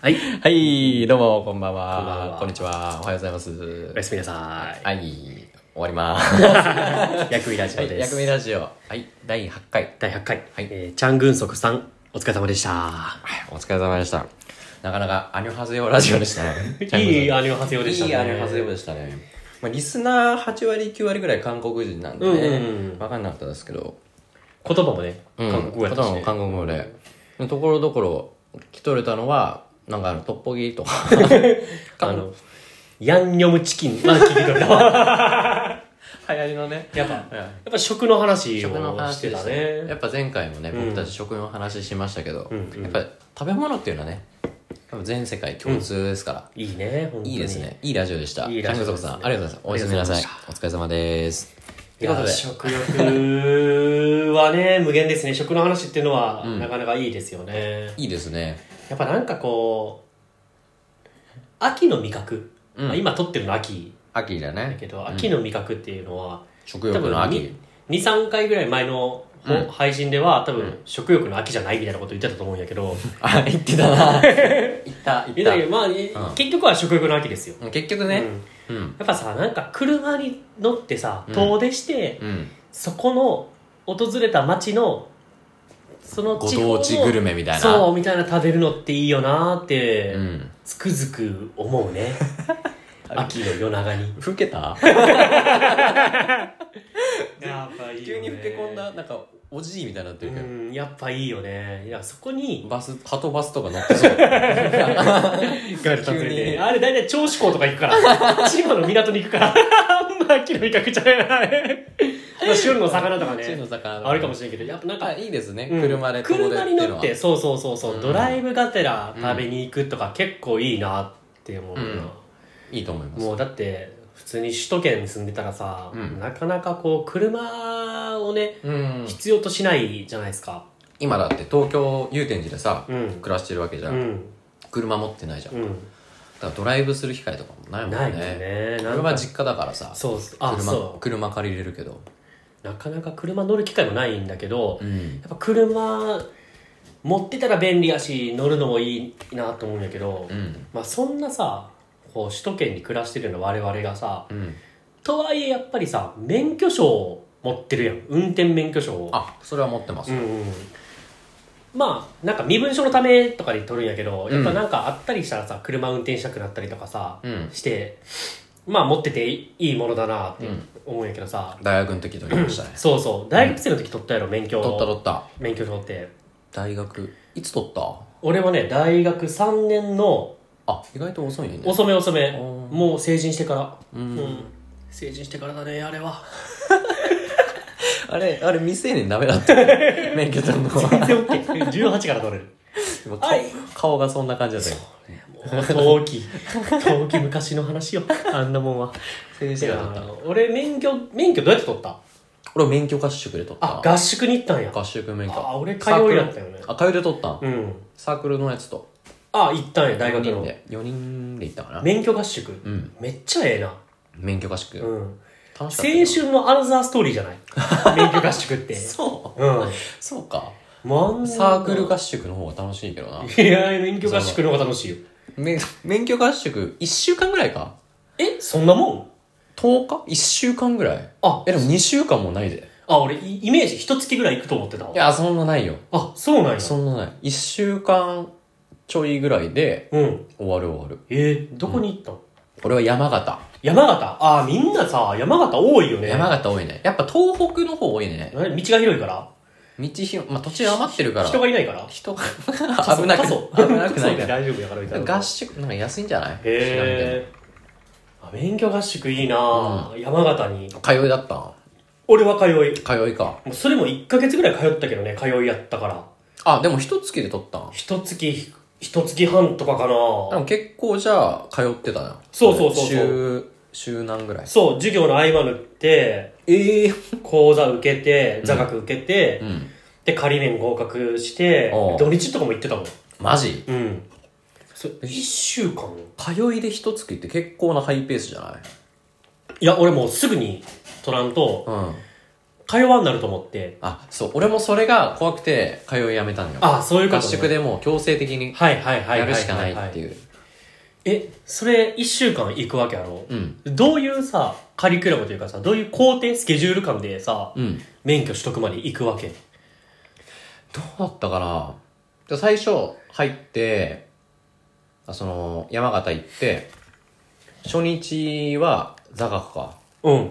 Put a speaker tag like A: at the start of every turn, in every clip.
A: はい。
B: はい、どうも、こんばんは。
A: こんばんは
B: こんにちは。おはようございます。
A: おやすみなさい。
B: はい、終わり ます。
A: 薬味ラジ
B: は
A: オ
B: い、
A: です。
B: 薬味ラジオ。はい、第8回。
A: 第100回。
B: はい
A: えーチャン・グンソクさん、お疲れ様でした。
B: お疲れ様でした。なかなか、アニョハゼヨラジオでし たね。
A: いい
B: ア
A: アニオハセヨでしたね。
B: いいアニョハゼヨでしたね。まあ、リスナー8割、9割ぐらい韓国人なんでね、
A: うんうんうん
B: わかんなかったですけど、
A: 言葉もね、
B: うん
A: 韓国語やったし、ね
B: 韓国語で。ところどころ、聞き取れたのは、なんかあの、トッポギ とか。
A: あの、ヤンニョムチキンは聞いとい たわ。
B: 流行りのね。
A: やっぱ、やっぱ食の話を
B: 食の話
A: して
B: でしたた
A: ね。
B: やっぱ前回もね
A: うん
B: 僕たち食の話しましたけど、
A: うんうん
B: やっぱ食べ物っていうのはね多分全世界共通ですから、
A: いいね、本当に。
B: いいです。ねいいラジオでした
A: いいラジオで
B: チャン
A: す
B: グ
A: ね
B: ソクさんありがとうございますおやすみなさ
A: あ
B: い
A: りが
B: お疲れ様です
A: い
B: というこ
A: や
B: とで
A: 食欲はね、 無限ですね。食の話っていうのは、
B: ん
A: なかなかいいですよね。
B: いいですね
A: やっぱなんかこう、秋の味覚。
B: うん
A: まあ今撮ってるの秋
B: 秋
A: だ
B: だね
A: けど、秋の味覚っていうのは、
B: 食欲の秋
A: 23回ぐらい前のほ、
B: うん
A: 配信では多分、食欲の秋じゃないみたいなこと言ってたと思うんやけど、
B: あ言って たな言った
A: い
B: 言
A: やだけ
B: っ
A: どまあ、
B: うん
A: 結局は食欲の秋ですよ、
B: た結局
A: う
B: ね
A: ん
B: うん
A: やっぱさなんか車に乗ってさ
B: うん
A: 遠出して、
B: うん、
A: そこの訪れた町のその
B: ご
A: 地方の
B: 当地グルメみたいな
A: そうみたいな食べるのっていいよなーって、
B: ん
A: つくづく思う ね秋の夜長に
B: ふけた
A: やっぱい
B: 急にふけ込んだなんかおじいみたいになってるけど、
A: うんやっぱいいよねいやそこに
B: バスハトバスとか乗って そう
A: ガール
B: 急に
A: あれ大体銚子港とか行くから 千葉の港に行くからあんま秋の味覚ちゃうよなあ れまあ旬の魚とか
B: 中の
A: ね
B: 魚
A: あるかもしれんけどやっぱなん
B: あ
A: か、
B: いいですね、
A: うん
B: 車で遠出
A: 車に乗ってそうそうそうそう、
B: うん
A: ドライブがてら食べに行くとか結構いいなって思うな、
B: いいと思います
A: もうだって普通に首都圏に住んでたらさ、
B: うん
A: なかなかこう車をね
B: うん
A: 必要としないじゃないですか
B: 今だって東京祐天寺でさ、
A: うん
B: 暮らしてるわけじ
A: う
B: ゃん、
A: ん
B: 車持ってないじゃん、
A: う
B: だ
A: ん
B: からドライブする機会とかもないもんね
A: ないもんねなんか
B: 俺は実家だからさ
A: そうそうあ
B: 車
A: そ
B: 車借りれるけど
A: うなかなか車乗る機会もないんだけど、
B: うん
A: やっぱ車持ってたら便利やし乗るのもいいなと思うんやけど、
B: うん
A: まあ、そんなさこう首都圏に暮らしてるような我々がさ
B: うん
A: とはいえやっぱりさ免許証を持ってるやん運転免許証を
B: あそれは持ってます、
A: うんうんまあなんか身分証のためとかで取るんやけど
B: うん
A: やっぱなんかあったりしたらさ車運転したくなったりとかさ、
B: うん
A: してまあ持ってていいものだなって思うんやけどさ、
B: 大学の時取りましたね
A: そうそう大学生の時取ったやろ免許
B: 取った取った
A: 免許証って
B: 大学いつ取った
A: 俺はね大学3年の
B: あ意外と遅いね
A: 遅め遅め
B: うん
A: もう成人してから
B: う
A: うんん成人してからだねあれ は
B: あれあれ未成年ダメだった 免許取るのは
A: 全然 OK18 から取れる
B: でも顔
A: はい
B: 顔がそんな感じだったよ
A: もう陶 器陶器昔の話よあんなもんは
B: 先
A: い
B: 生が取った
A: や俺免許免許どうやって取った
B: 俺免許合宿で取った
A: あ合宿に行ったんや
B: 合宿免許
A: あ俺通
B: サーク
A: い
B: ル
A: だったよね
B: あ通いで取ったん
A: うん
B: サークルのやつと
A: あ行ったんや大学
B: 4人
A: の
B: で4人で行ったかな
A: 免許合宿
B: うん
A: めっちゃええな
B: 免許合宿
A: うん
B: 楽しか
A: 青
B: ったよ
A: 春のアナザーストーリー じゃない免許合宿って
B: そう
A: うん
B: そうか
A: もう
B: サークル合宿の方が楽しいけどない
A: や免許合宿の方が楽しいよ
B: め免許合宿1週間ぐらいか
A: えそんなもん
B: 10日 ?1 週間ぐらい
A: あ
B: えでも2週間もないで
A: あ俺イイメージ一月ぐらい行くと思ってたわ
B: いやそんなないよ
A: あそうなんや
B: そんなない1週間ちょいぐらいで
A: うん
B: 終わる終わる
A: えー、どこに行ったの、
B: 俺は山形
A: 山形ああみんなさ山形多いよね
B: 山形多いねやっぱ東北の方多いね
A: え道が広いから
B: 道ひまあ土地余ってるから
A: 人がいないから
B: 人が 危なく
A: 過疎
B: 危なくな
A: 過疎で
B: いから
A: 大丈夫やからみたいな
B: 合宿なんか安いんじゃない
A: へえ免許合宿いいなあ、山形に
B: 知らんけど通いだったん
A: 俺は通い
B: 通いか
A: もうそれも1ヶ月ぐらい通ったけどね通いやったから
B: あでも一月で取ったん
A: 一月一月半とかか
B: で
A: な
B: も結構じゃあ通ってたな
A: そうそうそうそう
B: 週週何ぐらい
A: そう授業の合間縫って
B: ええ
A: 講座受けて座学受けて、
B: うん
A: で仮免合格して
B: おう
A: 土日とかも行ってたもん
B: マジ
A: うんそ1週間
B: 通いで一月って結構なハイペースじゃない
A: いや俺もうすぐに取らんと
B: うん
A: 会話になると思って。
B: あ、そう、俺もそれが怖くて、通いやめたのよ。
A: あ、そういうこと、
B: 合
A: ね。
B: 宿。でもう強制的に
A: はいはいはいはいはい、は
B: やるしかないって
A: う。
B: いう。
A: え、それ一週間行くわけやろ、
B: うん。
A: どういうさ、カリキュラムというかさ、どういう工程、スケジュール感でさ、
B: うん。
A: 免許取得まで行くわけ
B: どうだったかなじゃあ最初入って、あその、山形行って、初日は座学か。
A: うん。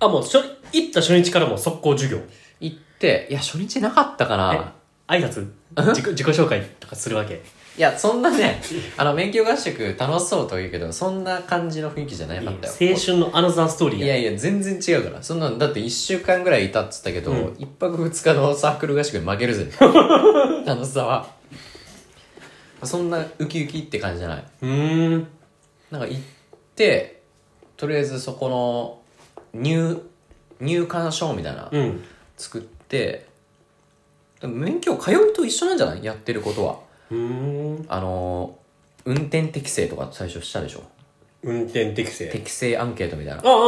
A: あ、もう、初行った初日からもう速攻授業。
B: 行って、いや、初日なかったかな
A: 挨拶自己自己紹介とかするわけ。
B: いや、そんなね、あの、免許合宿楽しそうとは言うけど、そんな感じの雰囲気じゃなかったよ。
A: 青春のアナザーストーリー
B: い
A: や。
B: やいや、全然違うから。そんなん、だって1週間ぐらいいたっつったけど、
A: うん
B: 一泊二日のサークル合宿で負けるぜ。あのさは。そんなウキウキって感じじゃない。
A: うーん。
B: なんか行って、とりあえずそこの入、入館証みたいな、
A: うん。
B: 作って、でも免許通いと一緒なんじゃないやってることは。
A: うーん。
B: あのー、運転適正とか最初したでしょ
A: 運転適正。
B: 適正アンケートみたいな
A: あ。あ、あああ
B: あ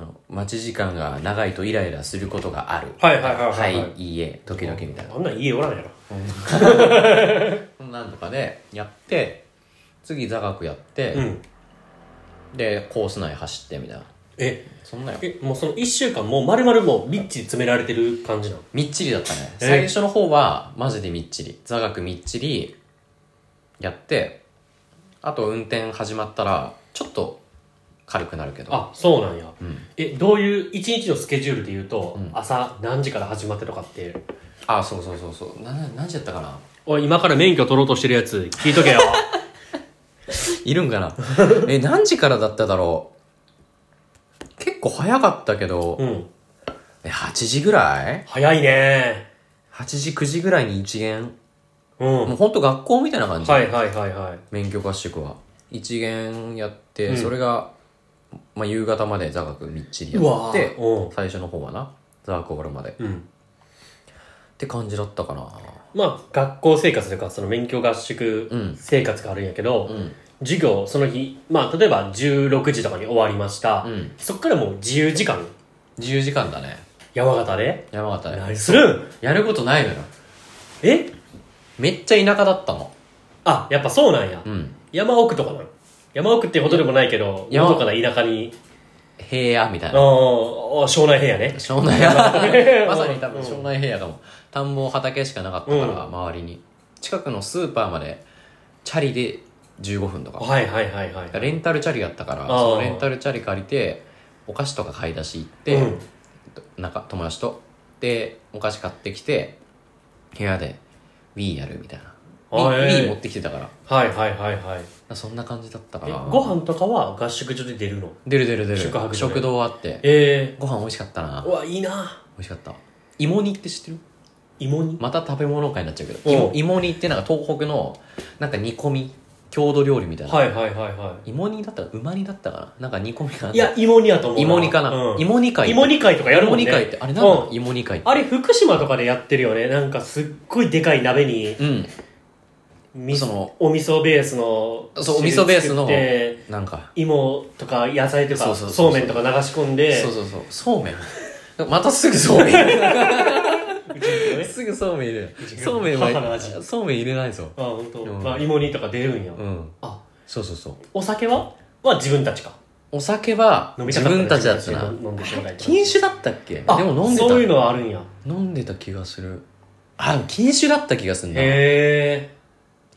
B: の待ち時間が長いとイライラすることがある。
A: はいはいはいは
B: はいい、
A: はい
B: い、いえ、時々みたい
A: あ
B: な。
A: あんなん家おらんやろ。
B: そんなんとかでやって、次座学やって、
A: うん。
B: で、コース内走ってみたいな。
A: え、
B: そんなんよ。
A: え、もうその一週間もう丸々もうみっちり詰められてる感じなの。
B: みっちりだったね。
A: え
B: 最初の方は、マジでみっちり。座学みっちり、やって、あと運転始まったら、ちょっと軽くなるけど。
A: あ、そうなんや。
B: うん。
A: え、どういう一日のスケジュールで言うと、
B: うん
A: 朝何時から始まってとかって、
B: あ、そうそうそうそう。な、な何時やったかな
A: おい、今から免許取ろうとしてるやつ、聞いとけ よ。
B: いる んかなえ、何時からだっただろう結構早かったけど、
A: うん。
B: え、8時ぐらい
A: 早いね
B: ?8 時、9時ぐらいに一元。
A: うん。
B: もうほんと学校みたいな感じ。
A: はいはいはいはい。
B: 免許合宿は。一元やって、
A: うん
B: それが、まあ、夕方まで座学みっちりや
A: うわ
B: っ
A: ー
B: て、
A: う
B: 最初の方はな、座学終わるまで。っ
A: ん。うん。
B: て感じだったかな。
A: まあ、学校生活というか、その免許合宿
B: うん
A: 生活があるんやけど、
B: うん。
A: 授業、その日、まあ、例えば16時とかに終わりました。
B: うん
A: そっからもう自由時間、
B: 自由時間だね。
A: 山形で。
B: 山形で。
A: 何するん
B: やることないのよ。
A: え
B: めっちゃ田舎だったの。
A: あ、やっぱそうなんや。
B: うん。
A: 山奥とかなの山奥ってほどでもないけど、
B: 山
A: 山とかな田舎に、
B: 平野みたい
A: あ
B: な。
A: ーあー、庄内平野ね。
B: 庄内屋 まさに多
A: う
B: 分
A: ん
B: 庄内平野かも田んぼ畑しかなかったから、
A: うん
B: 周りに近くのスーパーまでチャリで15分とか
A: はいはいはいはい。
B: レンタルチャリやったから
A: あー
B: そのレンタルチャリ借りてお菓子とか買い出し行って、
A: うん、
B: なんか友達とでお菓子買ってきて部屋で Wii やるみたいな
A: あー
B: Wii
A: えー
B: Wii 持ってきてたから
A: はいはいはいはい。
B: そんな感じだったか
A: え
B: ら
A: ご飯とかは合宿所で出るの
B: 出る出る出る
A: 宿泊所で
B: 食堂あって
A: え
B: ご飯美味しかったな
A: えうわ、いいな
B: 美味しかった芋煮って知ってる
A: 芋煮
B: また食べ物会になっちゃうけど
A: う
B: 芋
A: ん
B: 芋煮ってなんか東北のなんか煮込み郷土料理みたいな、
A: はいはいはいは。
B: 芋煮だったら馬煮だったかななんか煮込みかない
A: いや、芋煮やと思うな。
B: 芋煮かな、
A: うん
B: 芋煮会
A: 芋煮会とかやるも
B: 芋
A: んね。
B: 煮会ってあれなんだ、
A: うん
B: 芋煮会って
A: あれ、福島とかでやってるよね。なんかすっごいでかい鍋に、
B: うん
A: み
B: その
A: お味噌ベースの、
B: そうお味噌ベース
A: 汁作
B: の
A: って
B: なんか、
A: 芋とか野菜と
B: そ
A: か、
B: うそうそ
A: そ
B: う
A: うめんとか流し込んで、
B: そうそうそうそうめんまたすぐそうめん入
A: う
B: れ
A: ちの子
B: る
A: ね
B: すぐそうめん入れる
A: うちの
B: そうめん
A: 母の味
B: はそうめん入れないぞ
A: あ、ほんと。
B: うん
A: まあ、芋煮とか出るんや。
B: うん
A: あ、
B: そうそうそう
A: お酒はは自分たちか。
B: お酒は
A: 飲みた
B: 自
A: かったら
B: 分たちだったな
A: 自分たちで飲んでくればいいと
B: 禁酒だったっけで
A: あ、
B: も飲んでた
A: そういうのはあるんや。
B: 飲んでた気がするあ禁酒だった気がするな
A: へえ。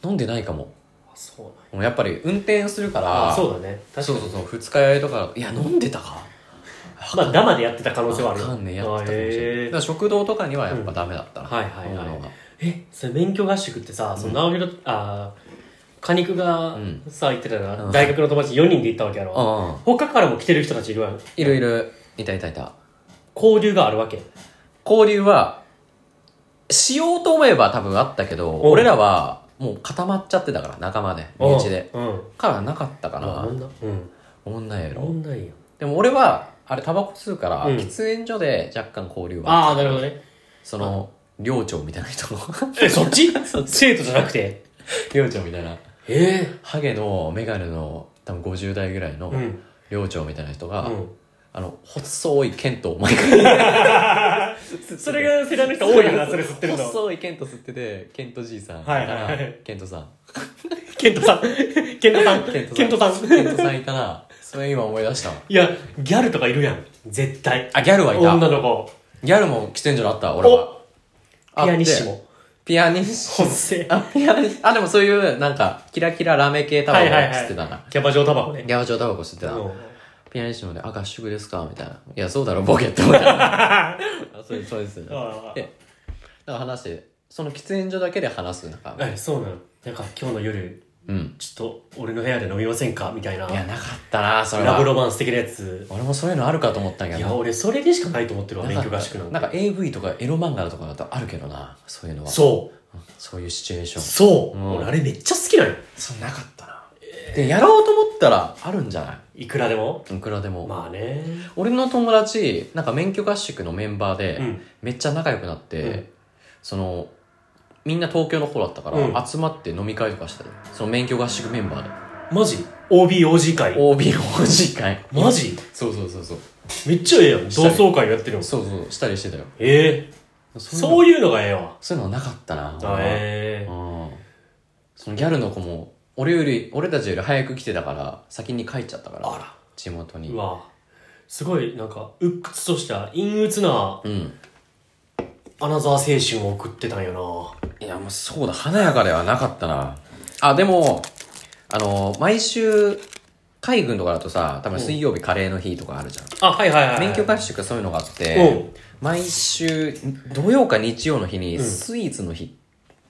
B: 飲んでないかも
A: あ、そうなんや。
B: もうやっぱり運転するから
A: あ、そうだね。確か
B: そう
A: に。
B: そうそう二日酔いとかいや飲んでたか
A: まあ、ダマでやってた可能性はあ
B: わ
A: るよ
B: かんねえやってたかもしれない
A: へ
B: だ
A: ー
B: から食堂とかにはやっぱダメだったな、
A: うんはいはいはい
B: 飲むのが
A: えそれ免許合宿ってさその直弘、あー果肉が
B: うん
A: さ行ってたら、
B: うん
A: 大学の友達4人で行ったわけやろ、
B: うんうん
A: 他からも来てる人たちいるわよ
B: いるいるいたいたいた
A: 交流があるわけ
B: 交流はしようと思えば多分あったけど
A: おう
B: 俺らはもう固まっちゃってたから仲間で身内で
A: うんうん
B: からなかったか
A: あ
B: な
A: 女うん
B: 思んないやろ
A: 女いいよ
B: でも俺はあれタバコ吸うから、
A: うん
B: 喫煙所で若干交流は
A: ああなるほどね
B: その寮長みたいな人の
A: えそっち生徒じゃなくて
B: 寮長みたいな
A: え
B: ハゲのメガネの多分50代ぐらい
A: え
B: の
A: うん
B: 寮長みたいな人が、
A: うん
B: あの、細い剣と毎回。
A: それが世代の人多いよな、それ吸ってるの。
B: 細い剣と吸ってて、剣とじいさん。
A: はいはいはい
B: 剣とさん。
A: ケントさん。ケントさん。ケントさん。
B: ケントさんいたな。それ今思い出したわ。
A: いや、ギャルとかいるやん。絶対。
B: あ、ギャルはい
A: 女
B: た。
A: の子。
B: ギャルも喫煙所にあった、俺は。
A: ピ
B: あって
A: アニッシモ。。
B: ピアニッ シ
A: ほっ
B: モ。
A: せ。
B: あ、ピアニッシモ。あ、でもそういう、なんか、キラキララメ系タバコを吸ってたな。
A: キャバ嬢タバコね。
B: ギャバ嬢タバコ吸ってた。
A: うん
B: ピアニッシモで、あ、合宿ですかみたいな。いや、そうだろ、ボケって思ったいな。 あそうです、そうです。
A: あ
B: で、なんか話して、その喫煙所だけで話す、なんか。
A: あそうなの。なんか今日の夜、
B: うん。。
A: ちょっと俺の部屋で飲みませんかみたいない
B: や、なかったな、それ
A: ラブ
B: は。
A: ロマンス的なやつ。
B: 俺もそういうのあるかと思ったんや
A: い
B: け
A: や、
B: ど。
A: 俺それでしかないと思ってるわ、
B: な
A: 勉
B: か
A: 強合
B: った
A: 宿なん
B: な
A: て。
B: んか AV とかエロ漫画とかだとあるけどな、そういうのは。
A: そう。
B: うんそういうシチュエーション。
A: そう、
B: うん
A: 俺あれめっちゃ好きなの
B: そうなかったな、でやろうと思ったらあるんじゃない
A: くらでも
B: いいくらでも、
A: まあね
B: 俺の友達なんか免許合宿のメンバーで、
A: うん
B: めっちゃ仲良くなって、
A: うん
B: そのみんな東京の方だったから、
A: う
B: 集まって飲み会とかしたりその免許合宿メンバー
A: マジ ?OBOG
B: で
A: 会
B: OBOG 会
A: マジ
B: そうそうそうそう
A: めっちゃええやん同窓会やってるの
B: そうそうしたりしてたよ
A: ええ
B: そ
A: そう
B: ういうの
A: いうのがええわ
B: そういうのなかったな
A: あええ
B: うんそのギャルの子も俺より俺たちより早く来てたから先に帰っちゃったから
A: あら
B: 地元に
A: うわすごいなんか鬱屈とした陰鬱な
B: うん
A: アナザー青春を送ってたんよ
B: いや、もうそうだ、華やかではなかったな。あ、でも、あの、毎週、海軍とかだとさ、多分水曜日カレーの日とかあるじゃん。
A: なあはいはいはい
B: 免許合宿はそういうのがあっ
A: う
B: て
A: ん、
B: 毎週、土曜か日曜の日に
A: ん
B: スイーツの日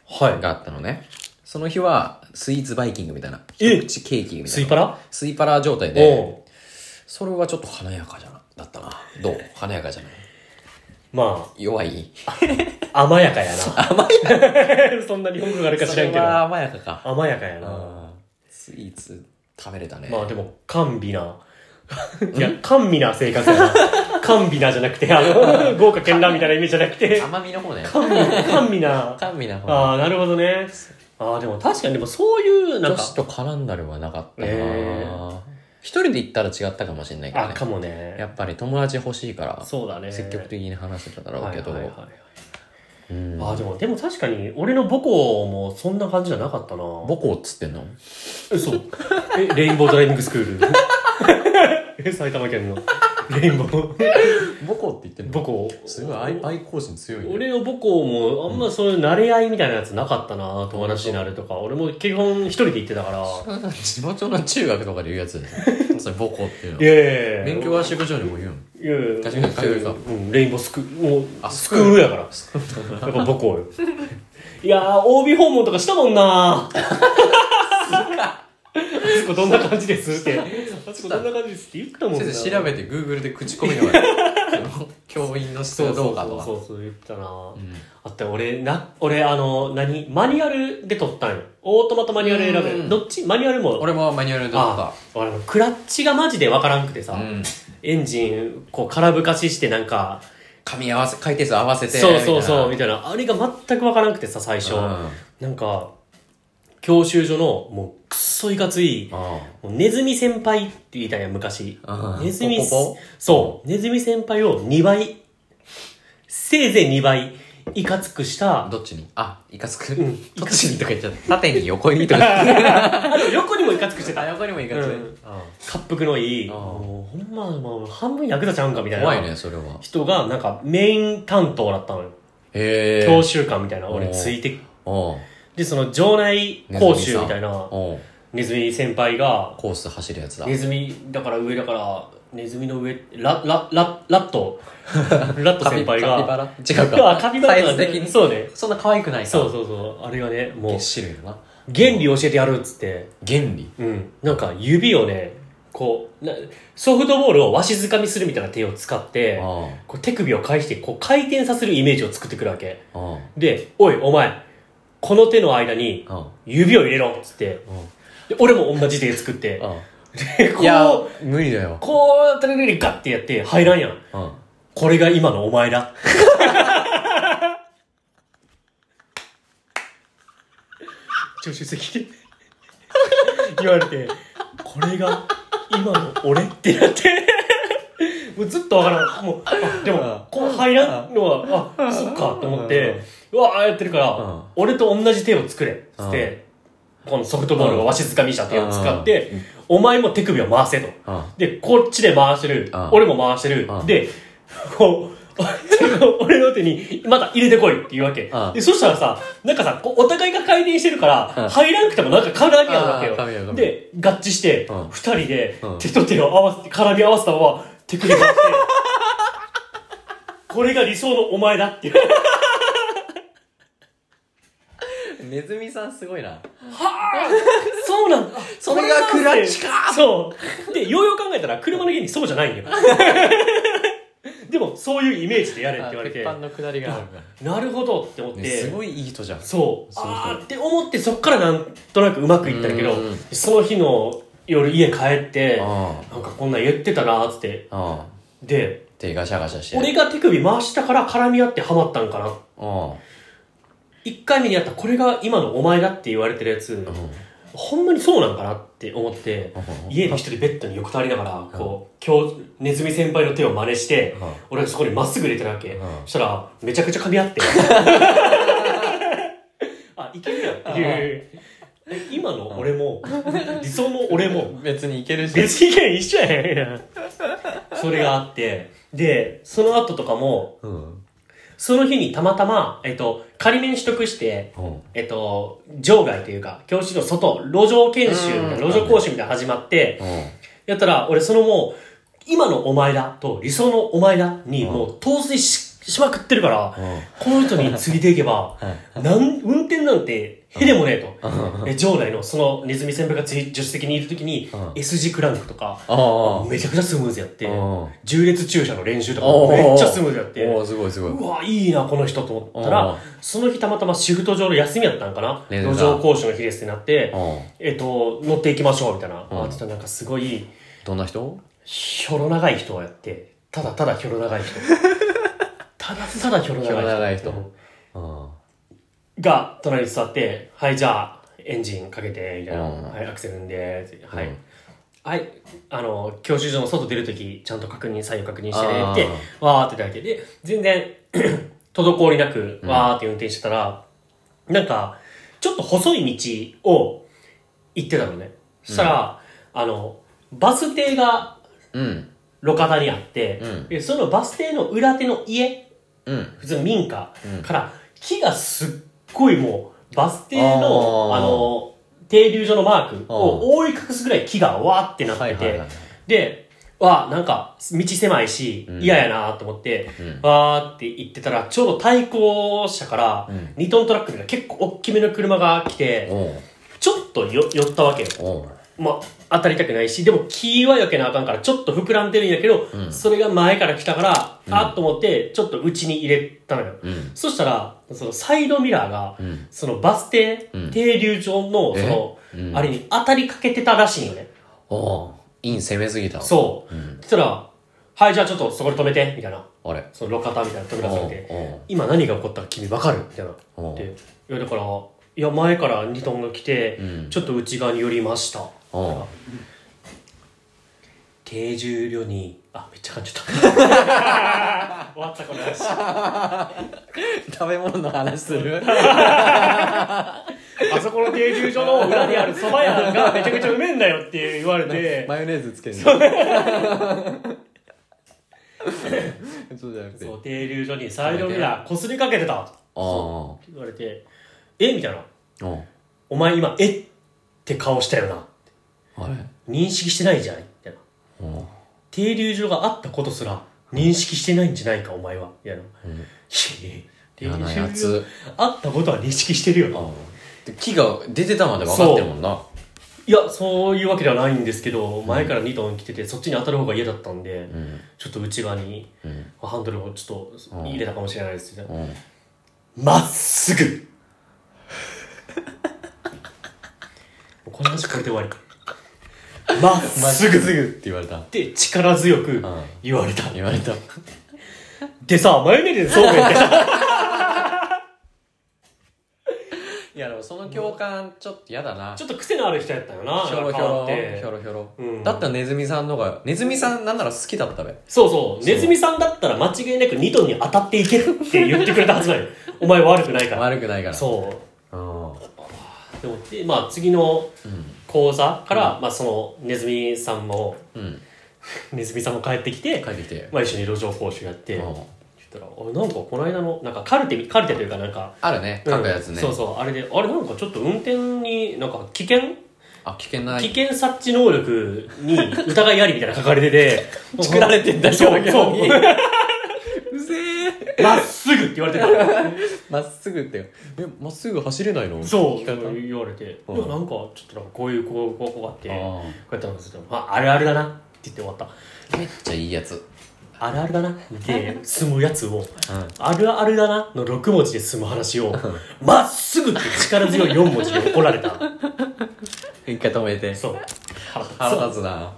A: はい
B: があったのね。その日は、スイーツバイキングみたいな。
A: え
B: 一口ケーキみたいな。
A: スイパラ
B: スイパラ状態で、
A: おう
B: それはちょっと華やかじゃな、だったな。どう華やかじゃない
A: ま
B: 弱い
A: あ甘やかや な甘やか そんな日本語があるか知らん
B: そ
A: け
B: れは
A: ど
B: 甘やかか。
A: 甘やかやな
B: あースイーツ食べれたね。
A: まあでも、甘美な。 いや、甘美な生活やな。甘美なじゃなくて、あの、 豪華絢爛みたいな意味じゃなくて、
B: 甘みの方ね。
A: 甘美、甘 美な。
B: 甘みの方。
A: ああ、なるほどね。ああ、でも確かにでもそういう、なん
B: 女
A: か、
B: 子と絡んだりはなかったな、
A: え
B: 一人で行ったら違ったかもしれないけど
A: あ、
B: ね
A: か。も
B: や
A: ね。
B: っぱり友達欲しいから、
A: そうだね。
B: 積極的に話せただろうけど。
A: はいはいはいはい
B: うん
A: ああ、でも、でも確かに、俺の母校もそんな感じじゃなかったな。
B: 母校っつってんの
A: 嘘。え、レインボードライビングスクール。え 埼玉県の。レインボー。
B: 母校って言ってん
A: 母校。
B: すごい愛愛好心強いね。
A: 俺の母校もあんまそういう慣れ合いみたいなやつなかったな、友達になるとか俺も基本一人で行ってたから
B: 地元の中学とかで言うやつだよ それ母校っていうの。
A: いやいやいや
B: 勉強合宿所にも言うの。
A: いやいや
B: 確かに通うか
A: うん、レインボースクもう
B: あ
A: スクールやからだから母 校よいやー OB 訪問とかしたもんなあ そこどんな感じですってあそこどんな感じですって言ったもんな
B: 先生調べて Google で口コミがある その教員の質
A: そう
B: が
A: そ
B: ど
A: う
B: うかとか。
A: そうそうそう言ってたな、
B: うん
A: あって俺な俺あの何マニュアルで撮ったんよオートマとマニュアル選
B: う
A: べ
B: ん
A: どっちマニュアルも
B: 俺もマニュアルで撮った
A: あ。俺クラッチがマジでわからんくてさ、
B: うん
A: エンジンこう空ぶかししてなんか
B: 噛み合わせ、回転数合わせて。
A: そうそうそう
B: み
A: みたいなあれが全くわからんくてさ最初、
B: たいな。うん
A: なんか教習所のもうくっそいかついもうネズミ先輩って言いたんや昔
B: うん
A: ネズミ
B: ポポポ
A: そうネズミ先輩を2倍せいぜい2倍いかつくした
B: どっちにあ、イカつく。
A: ん
B: どっちにとか言っちゃ った。縦に横にとか言っ
A: あでも横にもいかつくして
B: ち
A: た
B: ゃった。 横にもイカ
A: つく滑覆のいい
B: あー
A: もうほんまもう半分ヤクザちゃうんかみたいな
B: 怖いね、それは。
A: 人がなんかメイン担当だったのよ、
B: へえ。
A: 教習官みたいな俺
B: おー
A: ついて
B: おう
A: でその場内講習みたいな
B: おう
A: ネズミ先輩が
B: コース走るやつだ。
A: ネズミだから上だからネズミの上ララララッ トラット
B: カピ
A: 先輩
B: カピバ
A: が
B: ラ違う
A: あ
B: か。
A: カピバラ
B: サ
A: だ
B: イズ的に。
A: そうね
B: そんな可愛くないか。
A: そうそうそうあれがねも
B: ぎ
A: う
B: っしりだな。
A: 原理教えてやるっつって
B: 原理
A: うんなんか指をねこうなソフトボールをわしづかみするみたいな手を使って
B: ああ
A: こう手首を返してこう回転させるイメージを作ってくるわけ
B: あ
A: で、おい、お前、この手の間に
B: ああ
A: 指を入れろっつって、で俺も同じ手作って、
B: あ
A: で、こ
B: いや
A: う、、
B: 無理だよ。
A: こうやってるガッてやって入らんやん。
B: うん
A: これが今のお前 だ。助手席で言われて、これが今の俺ってなって、もうずっとわからん。もう、あで
B: うん
A: も、こう入らんのは、あ、そっかと思って、うわーやってるから、
B: うん
A: 俺と同じ手を作れ。つって、このソフトボールがわしづかみにした手を使って、お前も手首を回せと。
B: うん
A: で、こっちで回してる
B: うん。
A: 俺も回してる
B: う。ん
A: で、こう、 手を俺の手にまた入れてこいっていうわけ
B: うん。
A: で、そしたらさ、なんかさ、こうお互いが回転してるか
B: うん
A: ら、入らなくてもなんか絡み合うわけ
B: あー絡み合う絡み合
A: よ。
B: う
A: で、合致して
B: う、ん
A: 二人で
B: うん
A: 手と手を合わせて、絡み合わせたまま手首を回して、 これが理想のお前だっていう。
B: ネズミさんすごいな。
A: はあそうなんだ
B: それがクラッチ
A: かそうでようよう考えたら車の芸人そうじゃないん よでもそういうイメージでやれって言われて
B: あの下りがあるか
A: なるほどって思っ
B: ら。
A: て、
B: ねすごいいい人じゃん。
A: そう
B: そうそう
A: あーって思ってそっからなんとなくうまくいったんだけど
B: うん
A: その日の夜家帰って
B: あ
A: なんかこんなん言ってたなーっつって
B: あ。
A: で
B: 手ガシャガシャして。
A: 俺が手首回したから絡み合ってハマったんかな
B: うん。
A: 1回目にやったこれが今のお前だって言われてるやつ、ほんまにそうなんかなって思って、
B: うん
A: 家に一人ベッドに横たわりながら、こう、今日、ネズミ先輩の手を真似して
B: うん、
A: 俺がそこにまっすぐ入れてるわけ
B: うん。
A: そしたら、めちゃくちゃ噛み合って。 あ、いけるやんっていう。え今の俺も、理想の俺も、
B: 別にいけるし。
A: 別意見一緒やん。それがあって、で、その後とかも、
B: うん。
A: その日にたまたま、えっと、仮免取得して、
B: うん。
A: えっと、場外というか、教室の外、路上研修みたいな、
B: うん
A: 路上講習みたいなの始まって、
B: うん。
A: やったら、俺そのもう、今のお前だと理想のお前だに、
B: うん
A: もう陶酔ししまくってるから、
B: うん
A: この人に継いでいけば、 なん、運転なんて、へでもねえと。え、場内のそのネズミ先輩がつい助手席にいるときに
B: うん
A: S 字クランクとか、
B: あ
A: めちゃくちゃスムーズやって
B: うん、
A: 重列駐車の練習とか
B: おー
A: めっちゃスムーズやって、
B: おおすごいすごい。
A: うわ、いいな、この人と思った
B: うん
A: ら、その日たまたまシフト上の休みやったんかな。
B: ねえねえ
A: 路上講師の日ですってなって
B: う、ん。
A: えっと、乗っていきましょう、みたいな。
B: うん
A: あちょっとなんかすごい、
B: どんな人
A: ひょろ長い人をやって、ただただひょろ長い 人。ただただひょろ長い人。
B: ひょろ長い人
A: うん
B: うん。
A: が、隣に座って、はい、じゃあ、エンジンかけて、みたいな。
B: うん
A: はい、アクセル踏んで、はい。
B: うん
A: はい、あの、教習所の外出るとき、ちゃんと確認、左右確認して
B: あ
A: ね
B: ー
A: って、わーってだけで、全然、 滞りなく、わーって運転してたら、なんか、ちょっと細い道を行ってたのね。そしたら、あの、バス停が
B: うん。
A: 路肩にあって、
B: うん
A: でそのバス停の裏手の家、
B: うん。
A: 普通の民家から、木がすっごいもう、バス停の、
B: あー
A: あの、停留所のマークを覆い隠すぐらい木がわーってなってて、
B: はいはいはい。
A: で、わあ、なんか、道狭いし
B: う、ん
A: 嫌やなと思って、
B: うん
A: わーって言ってたら、ちょうど対向車から
B: うん、
A: 2トントラックみたいな結構大きめの車が来て、
B: おう
A: ちょっとよ寄ったわけよ。
B: おう
A: まあ、当たりたくないし、でも、気は避けなあかんから、ちょっと膨らんでるんやけど、
B: うん
A: それが前から来たから、あっと思って、ちょっと内に入れたのよ。
B: うん。
A: そしたら、そのサイドミラーが、
B: うん。
A: そのバス停、
B: うん
A: 停留所の、その、
B: えうん
A: あれに当たりかけてたらしいんよね。
B: おうイン攻めすぎた。
A: そう。そしたら、はい、じゃあちょっとそこで止めて、みたいな。
B: あれ。
A: その路肩みたいな扉
B: お
A: 止
B: う
A: めて、
B: おう
A: 今何が起こったか君わかるみたいな。
B: おう
A: で、いやだから、いや前から2トンが来て、
B: うん
A: ちょっと内側に寄りました。
B: おう
A: 低重量に、あ、めっちゃ感じた。終わったこの話。あ
B: 食べ物の話す る
A: そこの低重所の裏にある蕎麦屋がめちゃくちゃうめえんだよって言われて、
B: マヨネーズつけるの そうじゃなくて。
A: そう、停留所にサイドミラーこすりかけてたって
B: あ
A: 言われて、えみたいな。
B: あ。うん。
A: お前今、えって顔したよな。
B: あれ
A: 認識してないじゃないみたいな。
B: うん。
A: 停留所があったことすら認識してないんじゃないか、お前は。みたいな。
B: うん
A: い
B: 嫌
A: やいや
B: な
A: 停
B: や
A: 留所
B: つ。
A: あったことは認識してるよな。
B: で木が出てたまで分かってるもんな。
A: いや、そういうわけではないんですけど、前から2トン来てて、そっちに当たる方が嫌だったんで、
B: うん。
A: ちょっと内側に
B: うん。
A: ハンドルをちょっと
B: うん
A: 入れたかもしれないですけど、
B: うん。
A: まっすぐ もうこの話これで終わり。まっすぐっ
B: すぐって言われた。
A: て力強く
B: ん
A: 言われた。
B: 言われた。
A: で さ、マヨネーズでそうめんって。
B: いや、でもその教官、ちょっと嫌だな。
A: ちょっと癖のある人やったよな。
B: ひょろひょ
A: 変わ
B: ろ、
A: っ
B: ひ
A: て
B: ょろひょろ。
A: うん
B: だったらネズミさんの方が、ネズミさんなんなら好きだったべ。
A: そうそう。ネズミさんだったら間違いなくニトンに当たっていけるって言ってくれたはずだよ。お前悪くないから。
B: 悪くないから。
A: そう。
B: うん。
A: でもでまあ、次の講座から、まあ、そのネズミさんも
B: うん。
A: ネズミさんも帰ってきて、
B: 帰ってきて。
A: まあ、一緒に路上講習やって、
B: うん
A: そしたら「あれなんかこの間のなんかカルテカルテというかなんか
B: あるね、書くやつね。
A: そうそうあれであれなんかちょっと運転になんか危険、
B: あ、危険な
A: 危
B: い。
A: 険察知能力に疑いありみたいなの書かれてて
B: 作られてんだ
A: そう
B: 表現
A: そ
B: に
A: う
B: うぜえ。
A: まっすぐって言われてた
B: まっすぐって。え、まっすぐ走れないの
A: そう
B: 聞かれた
A: 言われて、
B: うん
A: でもなんかちょっとなんかこういうこうこうこうあって
B: あ
A: こ
B: ー
A: うやったんですけど、まあ、あるあるだなって言って終わった
B: めっちゃいいやつ。う
A: あるあるだなで済むやつを
B: ん。
A: あるあるだなの6文字で済む話をまっすぐって力強い4文字で怒られた
B: 一回止め て。
A: そう腹立つ
B: 腹立つな。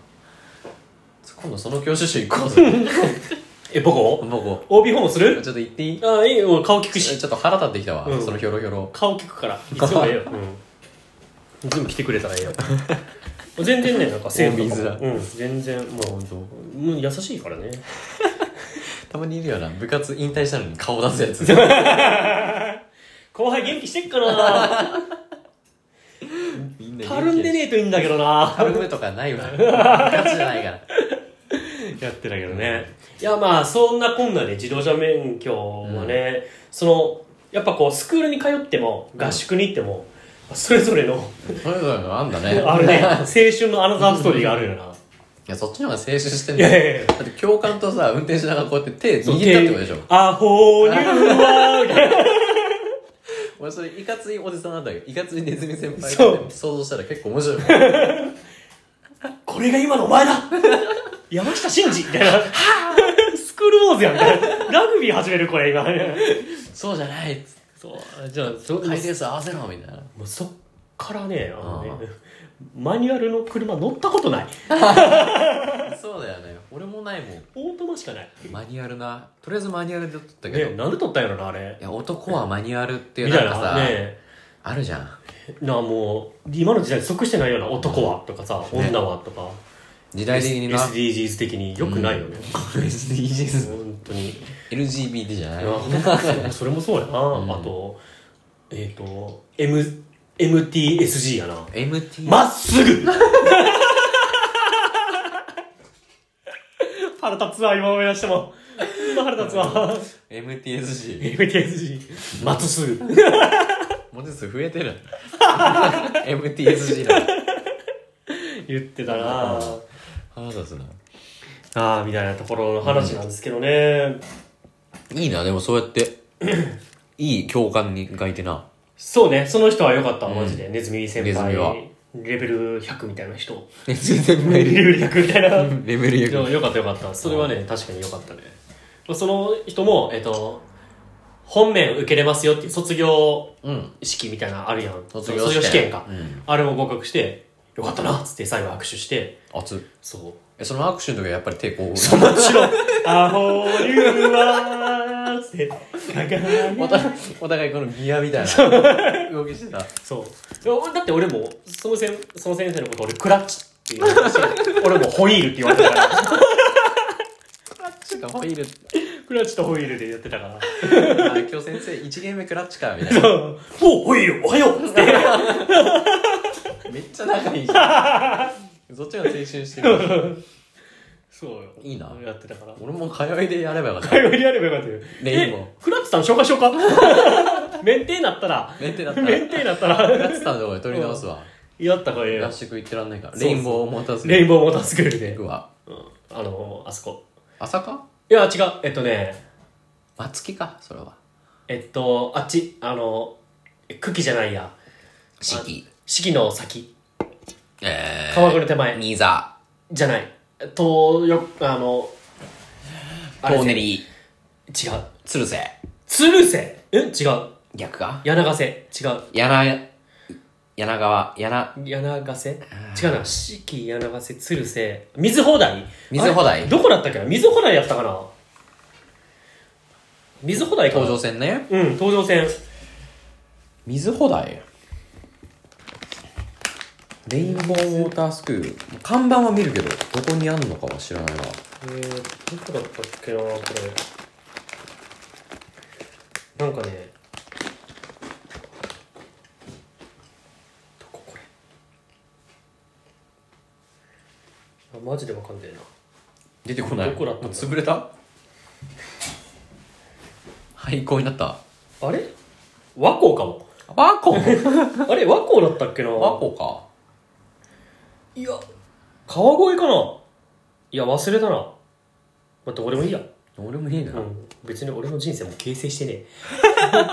B: 今度その教習所行こ うぜ。
A: え僕を
B: 僕、ち
A: OB 訪問す
B: ょ
A: る
B: っと行っていい
A: ああいいよ顔聞くし
B: ちょっと腹立ってきたわ
A: う。ん
B: そのひょろひょろ。
A: 顔聞くからいつもええよ、うん、いつも来てくれたらええよ全然ねなんか性
B: 大水だ
A: うん全然もうもう優しいからね
B: たまにいるよな。部活引退したのに顔出すや つ。
A: 後輩元気してっかな
B: みんな
A: たるんでねえといいんだけどな
B: たるむとかない わ。部活じゃないから。
A: やってたけどね、いやまあそんなこんなで自動車免許はね、そのやっぱこうスクールに通っても合宿に行っても、それぞれの
B: それぞれのあんだね。
A: あるね青春のアナザーストーリーがあるよない
B: や、そっちの方が青春してん
A: い
B: だよ。
A: やいやいや
B: だって教官とさ、運転しながらこうやって手握ったってこと でしょ。
A: アホニューワーみ たいな
B: 俺それ、いかついおじさんなんだけど、いかついネズミ先輩
A: そう
B: って想像したら結構面 白い。
A: これが今のお前だ 山下真司みたいな スクールウォーズやんみ たいなラグビー始めるこれ今
B: そうじゃないっつって
A: そうじゃあそ
B: 回転数合わせろみたいな。
A: もうそっからねあのね マニュアルの車乗ったことない
B: そうだよね。俺もないもん。
A: オートマしかない
B: マニュアルな。とりあえずマニュアルで撮ったけど。
A: ね、なんで撮ったんやろなあれ
B: いや、男はマニュアルっていう
A: みた
B: ないんか
A: な
B: さ、
A: ね
B: あるじゃん。
A: なあもう今の時代に即してないような男はとかさ、
B: ね
A: 女はとか
B: 時代的にな。
A: SDGs 的によくないよね、
B: SDGs。
A: 本当に
B: LGBT じゃない
A: いやほんとそれも そうやな、
B: ん
A: あとえっ、と、M、MTSG やな
B: ?MT。
A: まっすぐ 腹立つわ今思い出しても今腹立つ わ
B: MTSG。
A: MTSG まっすぐ
B: 文字数増えてる。MTSG だ。
A: 言ってたなあ
B: 腹立つな。
A: あーみたいなところの話なんですけどね、
B: いいな、でもそうやって。いい教官にがい てな。
A: そうね、その人は良かった、
B: ん
A: マジで。ネズミ先
B: ネズミは
A: 輩。レベル100みたいな人。
B: レ
A: レ
B: ベ
A: ベル100みたい な。い
B: レベル
A: や
B: 100。
A: 良かった良かった。それはね、確かに良かったね。その人も、えっと、本面受けれますよっていう卒業
B: うん。
A: 式みたいなのあるやん。
B: 卒業試験
A: か。
B: うん
A: あれも合格して、よかったなっつって最後握手して、
B: 熱っ。
A: そう。
B: え、その握手の時はやっぱり手こう。
A: もちろん、 アホリューはーっつって、輝いて
B: お互い、お互いこのギアみたいな動きしてた。
A: そういやだって俺もそのせんその先生のこと俺クラッチって言わ れたし俺もホイールって言われてたから
B: しかもホイール。
A: クラッチとホイールでやってたから
B: あ今日先生、1ゲーム目クラッチか、みたい
A: 「おうホイールおはよう」って
B: な。めっちゃ仲いいじゃん。そっちが青春してる。
A: そうよ
B: いいな
A: やってたから
B: 俺も通いでやればよかった。
A: 会話にやればよかったよ
B: レインボー
A: えクラッチさん紹介しよう か 免停になったら
B: メンテだったら、
A: 免
B: ク
A: 停になったら
B: ラッチさんのとこで取り直すわ。
A: やったからええよ
B: 合宿行ってらんないから。
A: そうそう
B: レインボーを持たず
A: レイン
B: に
A: ボーモータースクールで
B: 行、くわ。
A: うん、あのあそこ
B: 朝か
A: いや違うえっとね
B: 松木か、それは。
A: えっとあっちあの茎じゃないや
B: 四季。
A: 四季の先
B: えー。
A: 川越の手前
B: ニーザ。
A: じゃない。とよ、あの、
B: ト
A: あれ
B: ーネリ
A: 違
B: ー。
A: う。
B: 鶴瀬。
A: 鶴瀬え違う。
B: 逆か
A: 柳瀬違う。
B: 柳、柳川、柳、
A: 柳瀬違うな。四季、柳瀬、鶴瀬。水放題
B: 水放題
A: あれどこだったっけな水放題やったかな水放題かな
B: 東上線ね。
A: うん、東上線。
B: 水穂台レインボーウォータースクール。看板は見るけど、どこにあんのかは知らないわ。
A: えー、どこだったっけな、これ。なんかね、どここれ。あマジでわかんねえな。
B: 出てこない。
A: どこだったんだ
B: もう潰れた廃校になった。
A: あれ和光かも。
B: 和 光
A: あれ和光だったっけな
B: 和光か。
A: いや、川越かないや、忘れたな。まあ、どうでもいいや。
B: 俺もいいな。
A: うん、別に俺の人生もう形成してねえ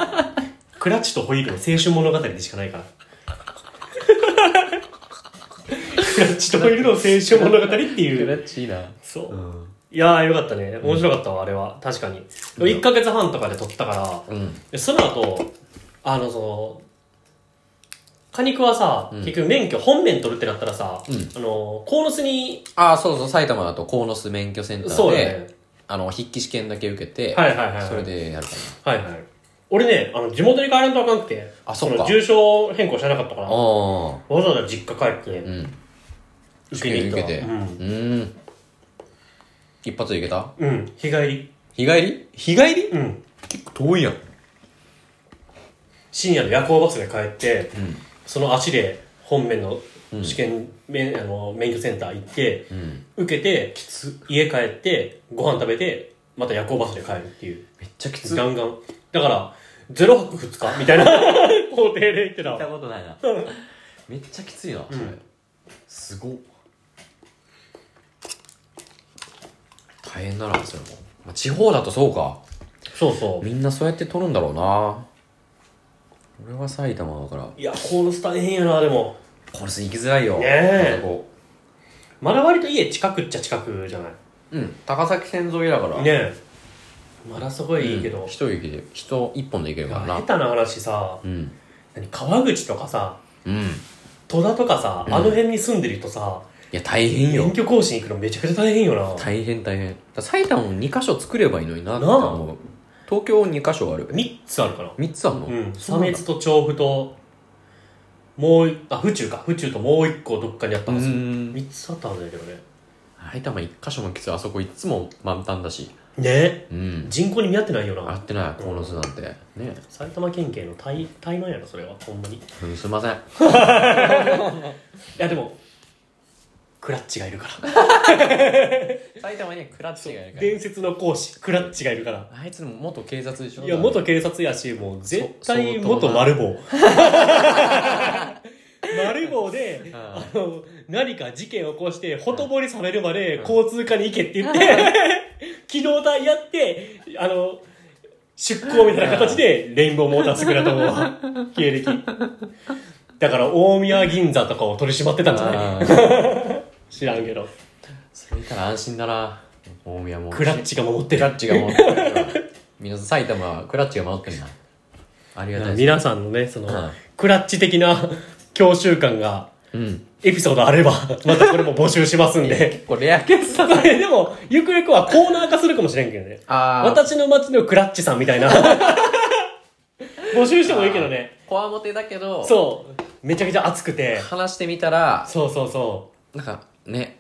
A: クラッチとホイールの青春物語でしかないからクラッチとホイールの青春物語って
B: ク
A: い
B: ラ
A: う
B: ッチいいな。。
A: そううんいやーよかったね面白かったわあれは確かに1ヶ月半とかで撮ったから
B: うん。
A: でその後あのその果肉はさ、
B: うん
A: 結局免許本免取るってなったらさ、
B: うん
A: あの鴻巣に
B: ああ、そうそう、埼玉だと鴻巣免許センタ
A: そ
B: ー
A: うだ
B: で、
A: ね
B: あの、筆記試験だけ受けて、
A: はいはいはい
B: それでやるか
A: はいはい。俺ね、あの、地元に帰らんとあかんくて、
B: あそっか
A: の住所変更してなかったから、
B: な。
A: わ
B: あ
A: ざわざ実家帰って、
B: あ。うん。
A: 受けに行ったわ
B: 受けて
A: うん
B: うん。一発でいけた
A: うん、日帰り。
B: 日帰り日帰り
A: うん。
B: 結構遠いやん。
A: 深夜の夜行バスで帰って、
B: うん。
A: その足で本面の試験、免あの免許センター行って、
B: うん。
A: 受けて、家帰って、ご飯食べて、また夜行バスで帰るっていう。
B: めっちゃき
A: ガンガン。だから、0泊2日みた いな工程で行ってた
B: 聞いた
A: わ。
B: ことないな めっちゃきついなそれ、
A: うん
B: すごっ大変だなそれも、まあ、地方だとそうか
A: そうそう。
B: みんなそうやって取るんだろうな俺は埼玉だから
A: いや、コールス大変やな、でも。
B: これ行きづらいよ
A: ねえ
B: なんかこ
A: まだ割と家近くっちゃ近くじゃないう
B: うん高崎線沿いだから
A: ねえまだすご
B: うん
A: いいいけど、
B: 一駅で人一本で行けるから
A: 下
B: な
A: 手な話さ
B: うん
A: 何川口とかさ
B: うんい
A: 戸田とかさ、
B: うん
A: あの辺に住んでる人さ
B: や大変よ
A: 免許更新行くのめちゃくちゃ大変よな
B: 大変大変だから埼玉も2箇所作ればいいのになって
A: なあ
B: 思う東京2箇所ある
A: 3つあるかな
B: 3つあるの
A: うん
B: そ
A: 差
B: うなんだ
A: 別と調布ともういあ府中か府中ともう1個どっかにあったはず
B: うん
A: 3つあったはずだけどね
B: 埼玉一箇所もきついあそこいつも満タンだし
A: ね
B: うん
A: 人口に見合ってないよ
B: 合
A: な
B: ってない鴻巣なんてね
A: 埼玉県警の怠怠慢やなそれはほんまにい
B: うんすいません
A: やでもクラッチがいるから
B: 埼玉にはクラッチがい
A: 伝説の講師クラッチがいるから
B: あいつも元警察でしょ
A: いや元警察やしもう絶対
B: そ相当
A: 元
B: な
A: 丸 棒丸棒であの何か事件を起こしてほとぼり冷めるまで
B: うん
A: 交通課に行けって言って 機動隊やってあの出向みたいな形でレインボーモータースクラとも経歴だから大宮銀座とかを取り締まってたんじゃない
B: あー
A: 知らんけど
B: それいたら安心だな大宮も
A: クラッチが守って
B: クラ
A: る
B: ッチが守ってるから皆さん埼玉はクラッチが守ってるなありがたいです
A: 皆さんのねその、
B: うん
A: クラッチ的な 教習感が
B: うん
A: エピソードあれば またこれも募集しますんで
B: 結構レアケースだ な
A: でもゆくゆくはコーナー化するかもしれんけどね
B: あー
A: 私の街のクラッチさんみた いな募集してもいいけどね
B: こわもてだけど
A: そうめちゃくちゃ熱くて
B: 話してみたら
A: そうそうそ
B: なんかね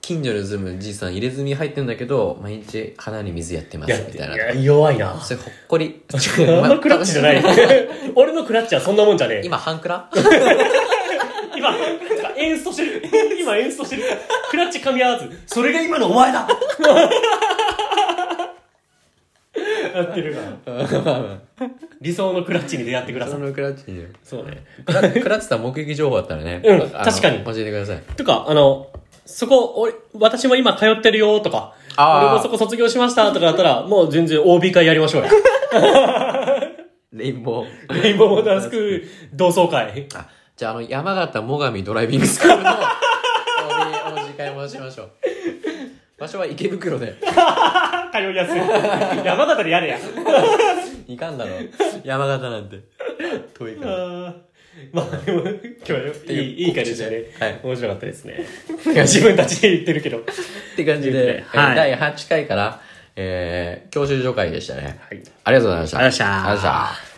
B: 近所に住むじいさん入れ墨入ってんだけど毎日鼻に水やってま
A: うや
B: す
A: っ
B: み
A: て
B: たいな
A: や弱い な
B: それほっこり
A: あのクラッチじゃない 俺のクラッチはそんなもんじゃねえ
B: 今半クラ
A: 今演奏してる今演奏してるクラッチ噛み合わずそれが今のお前だやってるから理想のクラッチに出会ってくださ
B: そ
A: い
B: のクラッチいいよ
A: そうね
B: クラクラッチさん目撃情報あったらね
A: うん
B: あの
A: 確かに
B: 教えてください
A: とかあのそこ俺私も今通ってるよとか
B: あー
A: 俺もそこ卒業しましたとかだったらもう全然 OB 会やりましょ うよ
B: レインボー
A: レインボーモータースクール同窓 会
B: あじゃああの山形最上ドライビングスクールのおお時間戻しましょう場所は池袋で
A: あ通いやすい山形でやれや
B: いかんだろう山形なんて遠いから
A: あーまあでも今日はよい
B: いう
A: いいい感じでしたね、
B: はい
A: 面白かったですね自分たちで言ってるけど
B: って感じで、えー
A: はい
B: 第8回から、えー、教習所会でしたね。
A: はい
B: ありがとうございました。
A: ありがとうございました
B: ありがとうございました。